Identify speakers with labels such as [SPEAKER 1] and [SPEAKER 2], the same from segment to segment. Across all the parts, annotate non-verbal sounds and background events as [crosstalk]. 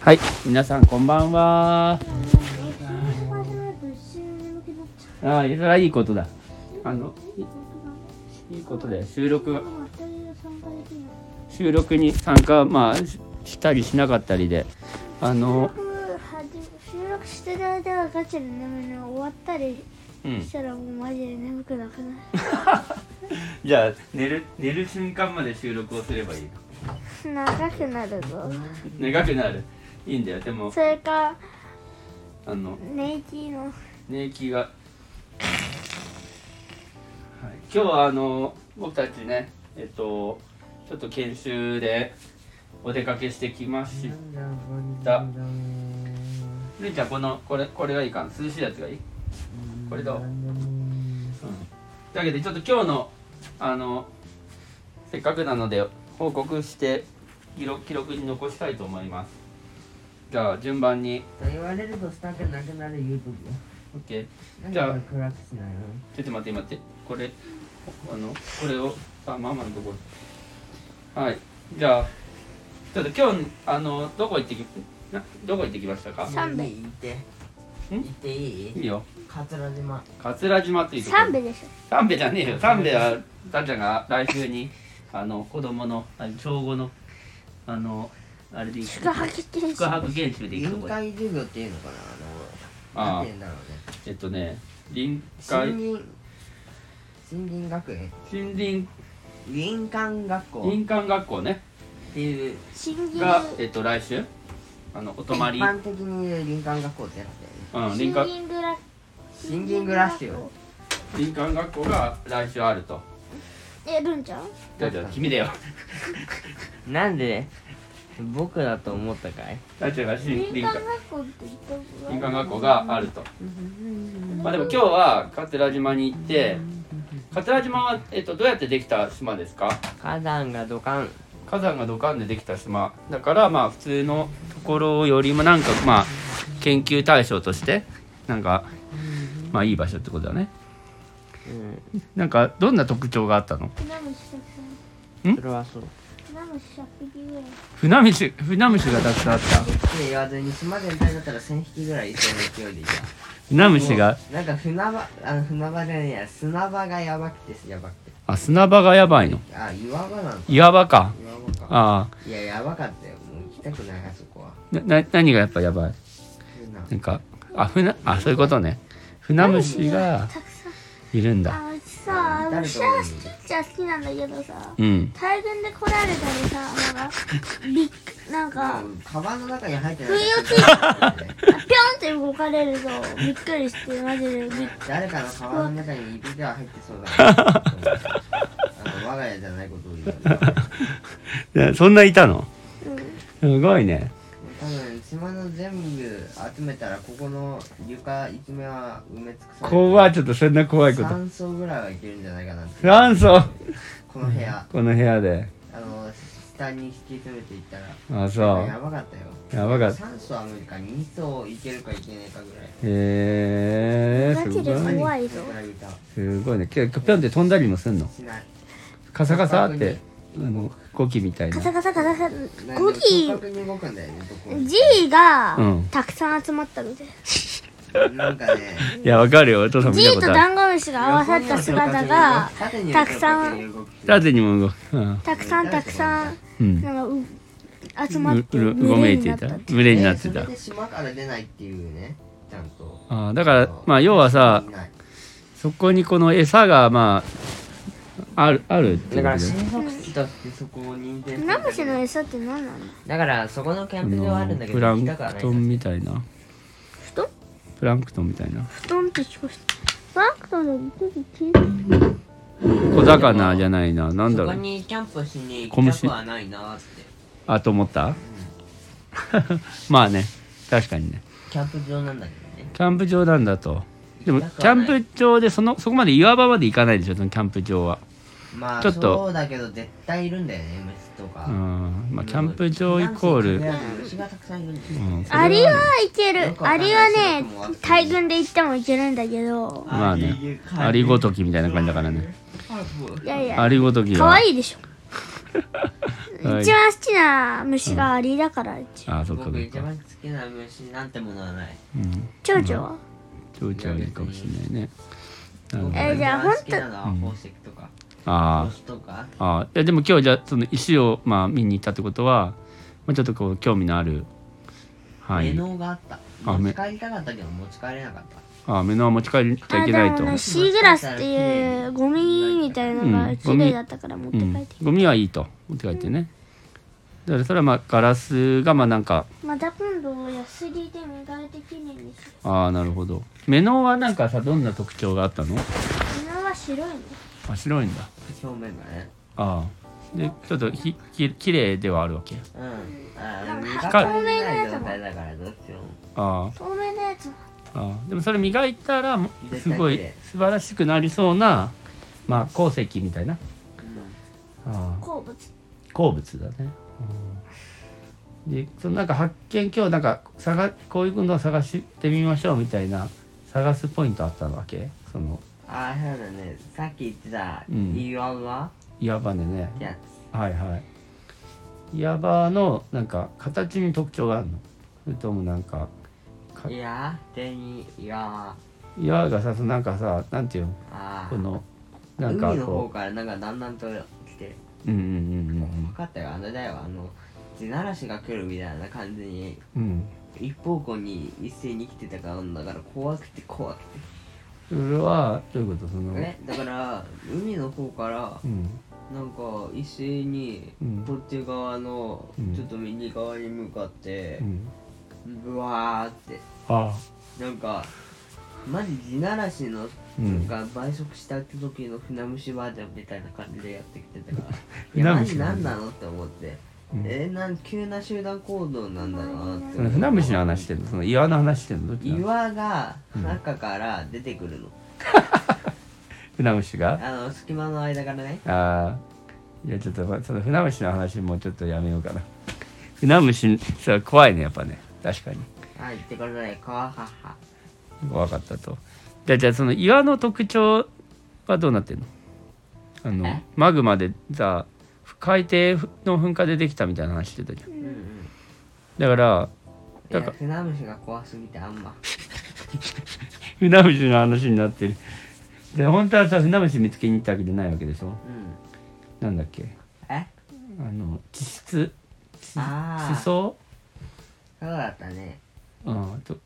[SPEAKER 1] はい皆さんこんばんはああそれはいいことだあのいいいことで収録が収録に参加まあししたりしなかったりであの
[SPEAKER 2] 収録してる間はガチで眠るの終わったり
[SPEAKER 1] うん
[SPEAKER 2] したらもうマジで眠くなくな
[SPEAKER 1] じゃあ寝る寝る瞬間まで収録をすればいい
[SPEAKER 2] る長くなるぞ
[SPEAKER 1] 長くなるいいんだよでも
[SPEAKER 2] それか
[SPEAKER 1] あの
[SPEAKER 2] ネイキーの
[SPEAKER 1] 寝息が、はい、今日はあの僕たちねえっとちょっと研修でお出かけしてきましたるいちゃんこのこれこれがいいかな涼しいやつがいいこれどう、だけどちょっと今日のあのせっかくなので報告して記録記録に残したいと思いますじゃあ順番に
[SPEAKER 3] と言われるとしたくなくなる言うとき
[SPEAKER 1] OK
[SPEAKER 3] なん
[SPEAKER 1] じゃあ
[SPEAKER 3] でこれ暗くしないの
[SPEAKER 1] ちょっと待って待ってこれあのこれをあママのところはいじゃあちょっと今日あのどこ行ってきなどこ行ってきましたか
[SPEAKER 2] 三兵衛
[SPEAKER 3] いいって
[SPEAKER 1] ん
[SPEAKER 3] 行ってい
[SPEAKER 1] い
[SPEAKER 3] い
[SPEAKER 1] いよ
[SPEAKER 3] 桂島
[SPEAKER 1] 桂島っていうとこ
[SPEAKER 2] 三部でしょ
[SPEAKER 1] 三兵衛じゃねえよ三兵衛はダンちゃんが来週にあの子供のあの小五のあのあれで行く
[SPEAKER 2] 宿泊研
[SPEAKER 1] 宿
[SPEAKER 2] 修
[SPEAKER 1] 泊研修で行くと
[SPEAKER 3] 臨
[SPEAKER 1] こあ
[SPEAKER 3] 海授業っていうのかなあ
[SPEAKER 1] あ
[SPEAKER 3] のなんて言うんだろうね
[SPEAKER 1] えっとね臨海
[SPEAKER 3] 森林森林学園
[SPEAKER 1] 森林
[SPEAKER 3] 林間学校
[SPEAKER 1] 林間学校ね
[SPEAKER 3] っていう
[SPEAKER 2] 新人
[SPEAKER 1] がえっと来週あのお泊まり
[SPEAKER 3] 一般的に言う林間学校ってやつだよね
[SPEAKER 1] うん林
[SPEAKER 2] 新
[SPEAKER 1] 間
[SPEAKER 2] 人グラ
[SPEAKER 3] 森林グラッシュを
[SPEAKER 1] 林間学校が来週あると
[SPEAKER 2] えるんちゃん
[SPEAKER 1] じゃあじゃあ君だよ
[SPEAKER 3] なんで僕だと思ったかい
[SPEAKER 1] [laughs] 大ちゃんが新林
[SPEAKER 2] 林間
[SPEAKER 1] 間
[SPEAKER 2] 学校って言ったことあ
[SPEAKER 1] 林
[SPEAKER 2] る
[SPEAKER 1] 間学校があるとまあでも今日は桂島に行って桂島は、えっと、どうやってできた島ですか
[SPEAKER 3] 花壇がドカン
[SPEAKER 1] 火山がドカンでできた島だからまあ普通のところよりもなんかまあ研究対象としてなんかまあいい場所ってことだね
[SPEAKER 3] う
[SPEAKER 1] なんかどんな特徴があったの
[SPEAKER 2] 船虫たくさん
[SPEAKER 3] んそれはそう
[SPEAKER 2] 船虫100匹ぐらい
[SPEAKER 1] 船虫船虫がたくさんあった
[SPEAKER 3] って言わずに島全体だったら1000匹ぐらいいそうな勢いでいた
[SPEAKER 1] 船虫が
[SPEAKER 3] なんか船場あの船場じゃねえや砂場がやばくてやばくて
[SPEAKER 1] あ砂場がやばいの
[SPEAKER 3] あ岩場なの
[SPEAKER 1] 岩場か
[SPEAKER 3] 岩場か
[SPEAKER 1] ああ
[SPEAKER 3] いややばかったよもう行きたくないあそこは
[SPEAKER 1] なな何がやっぱやばい
[SPEAKER 3] 船
[SPEAKER 1] なんかあ船あそういうことね船虫が
[SPEAKER 2] たくさん
[SPEAKER 1] いるんだ
[SPEAKER 2] あうちさ
[SPEAKER 3] 誰と
[SPEAKER 2] 虫は好きっちゃ好きなんだけどさ
[SPEAKER 1] うん
[SPEAKER 2] 大群で来られたりさなんかびっくなんか
[SPEAKER 3] うんカバンの中に入ってな
[SPEAKER 2] 不
[SPEAKER 3] い
[SPEAKER 2] 意打ちピョンって動かれるとびっくりしてマジでびっくり
[SPEAKER 3] 誰かのカバンの中に指が入ってそうだなあの我が家じゃないことを言う多
[SPEAKER 1] えそんないたの
[SPEAKER 2] うん
[SPEAKER 1] すごいね
[SPEAKER 3] 分島の全部集めたらここの床一面は埋め尽くされて
[SPEAKER 1] 怖いちょっとそんな怖いこと
[SPEAKER 3] 3層ぐらいはいけるんじゃないかなって
[SPEAKER 1] 酸素
[SPEAKER 3] この部屋
[SPEAKER 1] この部屋で
[SPEAKER 3] あの下に引き詰めていったら
[SPEAKER 1] あそ
[SPEAKER 3] やばかったよ
[SPEAKER 1] うやばかった
[SPEAKER 3] 3層は無理か2層いけるかいけないかぐらい
[SPEAKER 1] へえ
[SPEAKER 2] ガ
[SPEAKER 1] す
[SPEAKER 2] チ
[SPEAKER 1] ご
[SPEAKER 2] で
[SPEAKER 1] い
[SPEAKER 2] 怖いぞ
[SPEAKER 3] 比べた
[SPEAKER 1] すごいね結構ピョンって飛んだりもすんの
[SPEAKER 3] しない
[SPEAKER 1] カサカサってあのゴキみたい
[SPEAKER 2] カ
[SPEAKER 1] な
[SPEAKER 2] サカサカサカサ
[SPEAKER 3] なんか
[SPEAKER 2] ゴキ
[SPEAKER 3] 直角に動くんだよねどこ
[SPEAKER 2] G が
[SPEAKER 1] うん
[SPEAKER 2] たくさん集まったみたい
[SPEAKER 3] なんかね
[SPEAKER 1] いやわかるよお父さん見
[SPEAKER 2] G
[SPEAKER 1] た
[SPEAKER 2] と
[SPEAKER 1] ことあ
[SPEAKER 2] ダ
[SPEAKER 1] る
[SPEAKER 2] ンゴムシが合わさった姿が
[SPEAKER 3] 縦に
[SPEAKER 2] たくさん
[SPEAKER 3] 横に動く
[SPEAKER 1] 縦にも動くうん
[SPEAKER 2] たくさんたくさん
[SPEAKER 1] うん
[SPEAKER 2] なんかう集まっ
[SPEAKER 1] う
[SPEAKER 2] て
[SPEAKER 1] ううご
[SPEAKER 2] 群
[SPEAKER 1] め
[SPEAKER 2] れ
[SPEAKER 1] い
[SPEAKER 2] に
[SPEAKER 1] て
[SPEAKER 2] なっ
[SPEAKER 1] い
[SPEAKER 2] た
[SPEAKER 1] た群れになっ
[SPEAKER 3] え
[SPEAKER 1] て
[SPEAKER 3] ーそ
[SPEAKER 1] た
[SPEAKER 3] れで島から出ないっていうねちゃんと
[SPEAKER 1] ああだからまあ要はさ
[SPEAKER 3] いない
[SPEAKER 1] そこにこの餌がまああるあるっていうことで
[SPEAKER 3] 息地だってそこを認定
[SPEAKER 2] ナムシの餌って何なの
[SPEAKER 3] だからそこのキャ
[SPEAKER 1] あのプランクトンみたいな
[SPEAKER 2] 布団
[SPEAKER 1] プランクトンみたいな
[SPEAKER 2] 布団って聞こえたプランクトンの一時消えて
[SPEAKER 1] 小魚じゃないななんだ
[SPEAKER 3] そ
[SPEAKER 1] ろ
[SPEAKER 3] こ
[SPEAKER 1] う
[SPEAKER 3] にキャンプしに
[SPEAKER 1] 小
[SPEAKER 3] 行き
[SPEAKER 1] 虫
[SPEAKER 3] たくはないなって
[SPEAKER 1] あと思った [laughs] まあね確かにね
[SPEAKER 3] キャンプ場なんだけどね
[SPEAKER 1] キャンプ場なんだとでもキ
[SPEAKER 3] 行きたく
[SPEAKER 1] ャ
[SPEAKER 3] はない
[SPEAKER 1] ンプ場でそのそこまで岩場まで行かないでしょそのキャンプ場は
[SPEAKER 3] まあ
[SPEAKER 1] ちょっと
[SPEAKER 3] そうだけど絶対いるんだよね虫とか、
[SPEAKER 1] うんまあキャンプ場イコール
[SPEAKER 3] 虫がたくさんいるんだよ
[SPEAKER 1] うんそれは
[SPEAKER 2] アリはいけ
[SPEAKER 3] よ
[SPEAKER 2] る
[SPEAKER 3] くわか
[SPEAKER 2] ア
[SPEAKER 3] んない
[SPEAKER 2] リはね
[SPEAKER 3] シロクモは
[SPEAKER 2] 大群で行ってもいけるんだけど
[SPEAKER 1] まあねアリごときみたいな感じだからね
[SPEAKER 2] いやいや
[SPEAKER 1] アリごとき
[SPEAKER 2] 可
[SPEAKER 1] は
[SPEAKER 2] 愛いでしょ
[SPEAKER 1] はい
[SPEAKER 2] 一番好きな虫がアリだから、うち
[SPEAKER 1] あそっかそっ
[SPEAKER 3] 僕一
[SPEAKER 1] か
[SPEAKER 3] 番好きな虫なんてものはない
[SPEAKER 1] うん
[SPEAKER 2] 蝶々は
[SPEAKER 1] 蝶々はいいかもしれないねなるほ
[SPEAKER 3] 僕
[SPEAKER 1] ど
[SPEAKER 2] えーじゃあ
[SPEAKER 3] 一番好きなのは
[SPEAKER 1] ほんと
[SPEAKER 3] 宝石とか
[SPEAKER 1] あ
[SPEAKER 3] 星とか
[SPEAKER 1] ーあーいやでも今日じゃあその石をまあ見に行ったってことは、まあ、ちょっとこう興味のあるは
[SPEAKER 3] 目
[SPEAKER 1] い
[SPEAKER 3] 能があった
[SPEAKER 1] あ
[SPEAKER 3] 持
[SPEAKER 1] め
[SPEAKER 3] ち帰りたかったけど持ち帰れなかった
[SPEAKER 1] あー目のは持ち帰っちゃい
[SPEAKER 2] あ
[SPEAKER 1] け
[SPEAKER 2] で
[SPEAKER 1] ないと、
[SPEAKER 2] もねシーグラスっていうゴミみたいなの
[SPEAKER 1] うん
[SPEAKER 2] が綺麗だったから持って
[SPEAKER 1] う
[SPEAKER 2] 帰っ
[SPEAKER 1] ん
[SPEAKER 2] てきた、
[SPEAKER 1] ゴミはいいと持って帰ってね、だからそれはまあガラスがまあなんか
[SPEAKER 2] また今度ヤスリで磨いてきれいにする
[SPEAKER 1] ああなるほど目のはなんかさどんな特徴があったの
[SPEAKER 2] 布は白いの
[SPEAKER 1] あ白いんだ
[SPEAKER 3] 表面がね
[SPEAKER 1] ああでちょっとひききれいではあるわけ
[SPEAKER 3] うんあ
[SPEAKER 2] うん
[SPEAKER 3] ー
[SPEAKER 1] 光
[SPEAKER 3] 磨かれてない状態だからどうしよう
[SPEAKER 1] あ
[SPEAKER 2] 透明なやつ
[SPEAKER 1] あああでもそれ磨いたらも
[SPEAKER 3] 絶
[SPEAKER 1] す
[SPEAKER 3] 対
[SPEAKER 1] ご
[SPEAKER 3] き
[SPEAKER 1] い
[SPEAKER 3] れい
[SPEAKER 1] 素晴らしくなりそうなまあ鉱石みたいなああ
[SPEAKER 2] 鉱物
[SPEAKER 1] 鉱物だね、うんでそのなんか発見今日なんか探こういうのを探してみましょうみたいな探すポイントあったわけその
[SPEAKER 3] ああそうだねさっき言ってた
[SPEAKER 1] うん
[SPEAKER 3] 岩場
[SPEAKER 1] 岩場でね
[SPEAKER 3] や
[SPEAKER 1] はいはい岩場のなんか形に特徴があるのそれともなんかか
[SPEAKER 3] ついや手に岩
[SPEAKER 1] 岩がさそのなんかさなんていうの
[SPEAKER 3] あ
[SPEAKER 1] この
[SPEAKER 3] あ
[SPEAKER 1] なんか
[SPEAKER 3] 海の方
[SPEAKER 1] こ
[SPEAKER 3] からなんかだんだんと来て
[SPEAKER 1] ううんうんうん
[SPEAKER 3] 分かったよあれだよあの地ならしが来るみたいな感じに
[SPEAKER 1] うん
[SPEAKER 3] 一方向に一斉に来てたからだから怖くて怖くて
[SPEAKER 1] うんそれはどういうことその
[SPEAKER 3] ねだから海の方から
[SPEAKER 1] うん
[SPEAKER 3] なんか一斉に
[SPEAKER 1] うん
[SPEAKER 3] こっち側の
[SPEAKER 1] うん
[SPEAKER 3] ちょっと右側に向かって
[SPEAKER 1] うん
[SPEAKER 3] ブワーって
[SPEAKER 1] あ
[SPEAKER 3] なんかマジ地ならしの
[SPEAKER 1] うん
[SPEAKER 3] なんか倍速した時の船虫バージョンみたいな感じでやってきてたからい
[SPEAKER 1] [laughs] 船
[SPEAKER 3] やマ
[SPEAKER 1] 虫
[SPEAKER 3] ジ
[SPEAKER 1] なん
[SPEAKER 3] 何
[SPEAKER 1] だ
[SPEAKER 3] なのって思って、
[SPEAKER 1] うん
[SPEAKER 3] えーなん急な集団行動なんだろうなって
[SPEAKER 1] その船虫の話してんのその岩の話してんのどっちなの
[SPEAKER 3] 岩が中から出てくるの、
[SPEAKER 1] 船虫が
[SPEAKER 3] あの隙間の間からね
[SPEAKER 1] ああいやちょっとその船虫の話もうちょっとやめようかな船虫さ怖いねやっぱね確かに
[SPEAKER 3] はいってことでかわはは
[SPEAKER 1] 分かったとじゃあじゃあその岩の特徴はどうなってんのあの
[SPEAKER 3] え
[SPEAKER 1] マグマでさ海底の噴火でできたみたいな話してたじゃん
[SPEAKER 3] うんうん
[SPEAKER 1] だから
[SPEAKER 3] い
[SPEAKER 1] だ
[SPEAKER 3] や
[SPEAKER 1] から
[SPEAKER 3] 船虫が怖すぎてあんま
[SPEAKER 1] 船虫の話になってるで本当はさ船虫見つけに行ったわけじゃないわけでしょ
[SPEAKER 3] うん
[SPEAKER 1] なんだっけ
[SPEAKER 3] え
[SPEAKER 1] あの地質地
[SPEAKER 3] あー
[SPEAKER 1] 地層
[SPEAKER 3] そうだったね
[SPEAKER 1] うんと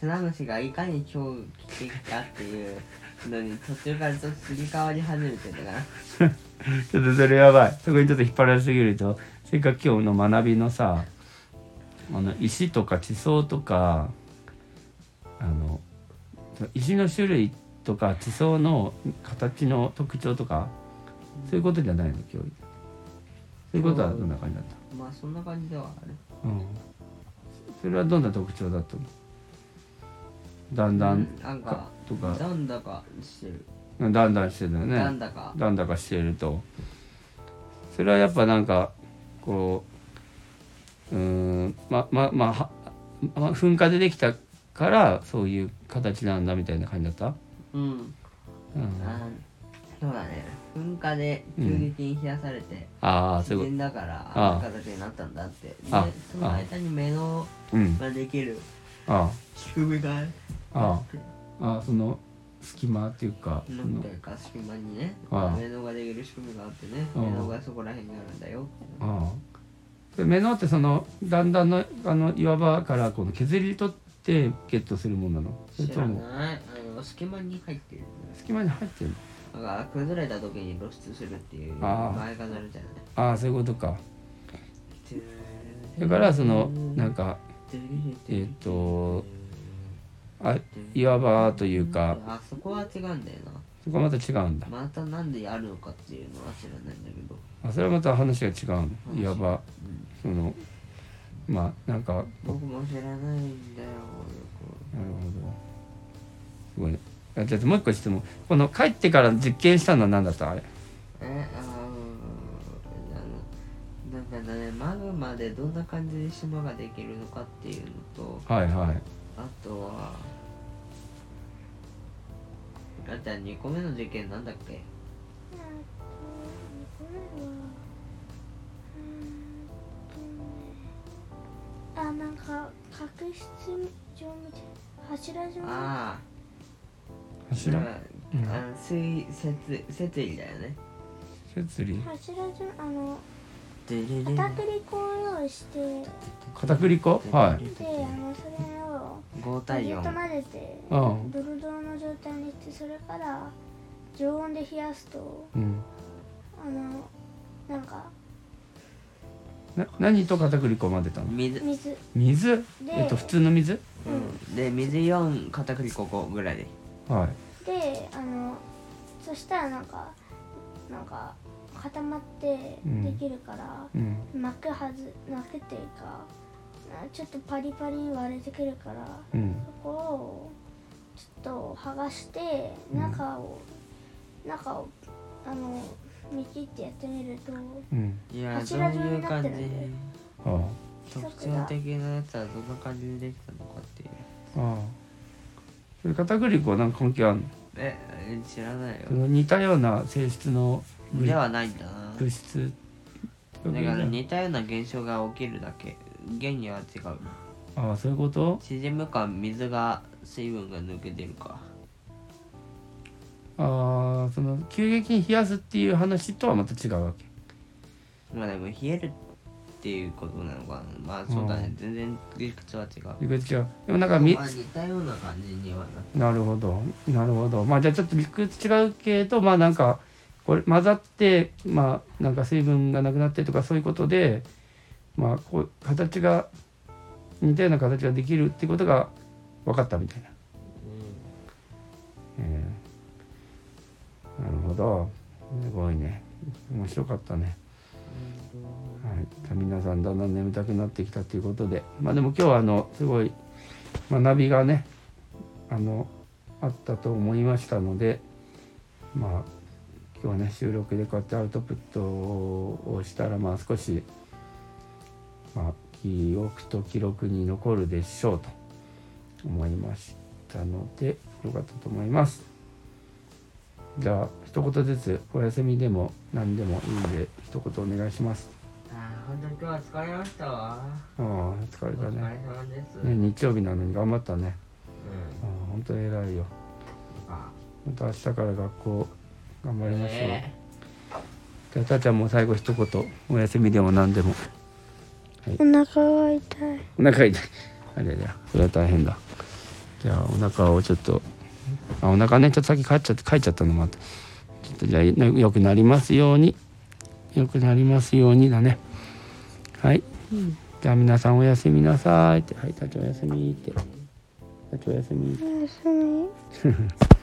[SPEAKER 3] 船虫がいかに今日来てきたっていうのに途中からちょっとすり替わり始めてたから
[SPEAKER 1] ちょっとそれやばいそこにちょっと引っ張られすぎるとせっかく今日の学びのさあの石とか地層とかあの石の種類とか地層の形の特徴とかそういうことじゃないの今日そういうことはどんな感じだっ
[SPEAKER 3] まあそんな感じではある
[SPEAKER 1] た、うん、それはどんな特徴だったのだんだ
[SPEAKER 3] うんなん
[SPEAKER 1] か
[SPEAKER 3] か
[SPEAKER 1] とか
[SPEAKER 3] なんだかしてる、
[SPEAKER 1] だんだんしてるよね
[SPEAKER 3] なんだか
[SPEAKER 1] なんだかしているとそれはやっぱなんかこううーんまままあはま噴火でできたからそういう形なんだみたいな感じだった、
[SPEAKER 3] うん
[SPEAKER 1] うん、あ
[SPEAKER 3] あそうだね噴火で急激に冷やされて、
[SPEAKER 1] あーそういう
[SPEAKER 3] 自
[SPEAKER 1] こ
[SPEAKER 3] 然だから
[SPEAKER 1] ああ
[SPEAKER 3] あんな形になったんだってで
[SPEAKER 1] あ
[SPEAKER 3] その間に目の
[SPEAKER 1] とうん
[SPEAKER 3] ができる
[SPEAKER 1] あ
[SPEAKER 3] 仕組みがある
[SPEAKER 1] ああああその隙間っていうかそ
[SPEAKER 3] なん
[SPEAKER 1] の
[SPEAKER 3] ていうか隙間にね
[SPEAKER 1] ああ
[SPEAKER 3] 目のができる仕組みがあってね
[SPEAKER 1] ああ
[SPEAKER 3] 目のがそこら辺にあるんだよ
[SPEAKER 1] ああで目のってそのだんだんのあの岩場からこの削り取ってゲットするものなのそれ
[SPEAKER 3] 知
[SPEAKER 1] と
[SPEAKER 3] ら
[SPEAKER 1] も
[SPEAKER 3] ないあの隙間に入ってる
[SPEAKER 1] 隙間に入ってるの
[SPEAKER 3] だから崩れた時に露出するっていう
[SPEAKER 1] ああ
[SPEAKER 3] 前飾るじゃない
[SPEAKER 1] ああそういうことか
[SPEAKER 3] て
[SPEAKER 1] だからそのなんかえっ、とあいわばというか
[SPEAKER 3] あそこは違うんだよ
[SPEAKER 1] そこはまた違うんだ
[SPEAKER 3] なまたなんでやるのかっていうのは知らないんだけど
[SPEAKER 1] あそれはまた話が違うのいわばそのまあなんかなるほ
[SPEAKER 3] 僕も知らないんだよよく
[SPEAKER 1] どすごいねあちょっともう一個質問この帰ってから実験したのは何だったあれ
[SPEAKER 3] えあのなんかねマグマでどんな感じで島ができるのかっていうのと
[SPEAKER 1] はいはい
[SPEAKER 3] あとはあじゃあ2個目の事件なんだっけ
[SPEAKER 2] うんこれはうん客室乗務柱状
[SPEAKER 3] ああ
[SPEAKER 1] 柱
[SPEAKER 3] まあ
[SPEAKER 1] うん
[SPEAKER 3] あの水設設理だよね
[SPEAKER 1] 設理
[SPEAKER 2] 柱状あの
[SPEAKER 3] ででで
[SPEAKER 2] 片栗粉を用意してで
[SPEAKER 1] 片栗粉はい
[SPEAKER 2] あのそれを
[SPEAKER 3] 5対
[SPEAKER 2] ずっと
[SPEAKER 3] 4
[SPEAKER 2] 混ぜて
[SPEAKER 1] うん
[SPEAKER 2] ドロドロの状態にしてそれから常温で冷やすと
[SPEAKER 1] うん
[SPEAKER 2] あのなんか
[SPEAKER 1] な何と片栗粉混ぜたの
[SPEAKER 3] 水
[SPEAKER 2] 水
[SPEAKER 1] 水
[SPEAKER 2] で
[SPEAKER 1] えっと普通の水
[SPEAKER 3] うんで水4片栗粉5ぐらいで
[SPEAKER 1] はい
[SPEAKER 2] であのそしたらなんかなんか固まって
[SPEAKER 1] うん
[SPEAKER 2] できるから、
[SPEAKER 1] うん
[SPEAKER 2] 巻くはず巻くっていうかなちょっとパリパリ割れてくるから
[SPEAKER 1] うん
[SPEAKER 2] そこをちょっと剥がして中を、中をあのミキってやってみると
[SPEAKER 1] うん
[SPEAKER 3] いやどう
[SPEAKER 2] 柱状
[SPEAKER 3] いう
[SPEAKER 2] になっ
[SPEAKER 3] 感
[SPEAKER 2] て
[SPEAKER 3] じ
[SPEAKER 2] るん
[SPEAKER 1] あ
[SPEAKER 3] 特徴的なやつはどんな感じでできたのかっていう
[SPEAKER 1] あああそれ片栗粉はなんか関係あるの
[SPEAKER 3] ええ知らないよ
[SPEAKER 1] その似たような性質の物
[SPEAKER 3] ではないんだな
[SPEAKER 1] 物質
[SPEAKER 3] だから似たような現象が起きるだけ原理は違う
[SPEAKER 1] ああそういうこと
[SPEAKER 3] 縮むか水が水分が抜けてるか
[SPEAKER 1] ああその急激に冷やすっていう話とはまた違うわけ
[SPEAKER 3] まあでも冷えるっていうことなのかなまあそうだね、
[SPEAKER 1] うん
[SPEAKER 3] 全然理屈は違う
[SPEAKER 1] 理屈違うでもなんかみ
[SPEAKER 3] まあ似たような感じにはなって
[SPEAKER 1] なるほどなるほどまあじゃあちょっと理屈違うけどまあなんかこれ混ざってまあなんか水分がなくなってとかそういうことでまあこう形が似たような形ができるってことが分かったみたいな、えーなるほどすごいね面白かったね、はい、じゃあ皆さんだんだん眠たくなってきたということでまあでも今日はあのすごい学びがねあのあったと思いましたのでまあ今日はね収録でこうやってアウトプットをしたらまあ少し、まあ、記憶と記録に残るでしょうと思いましたのでよかったと思います。じゃあ一言ずつお休みでも何でもいいんで一言お願いします。
[SPEAKER 3] ああ本当に今日は疲れましたわ
[SPEAKER 1] ああ疲れたね。
[SPEAKER 3] 様です
[SPEAKER 1] ね日曜日なのに頑張ったね。
[SPEAKER 3] うん
[SPEAKER 1] ああ本当に偉いよ。
[SPEAKER 3] あ
[SPEAKER 1] また明日から学校頑張りましょう。じゃあたーちゃんも最後一言お休みでも何でも
[SPEAKER 2] お腹が痛い
[SPEAKER 1] お腹痛いあれだそれは大変だじゃあお腹をちょっとあお腹ねちょっと先帰っちゃって帰っちゃったのもあったちょっとじゃあよくなりますようによくなりますようにだねはい、じゃあ皆さんおやすみなさいってはいたーちゃんおやすみってたーちゃんおやすみ
[SPEAKER 2] おやすみ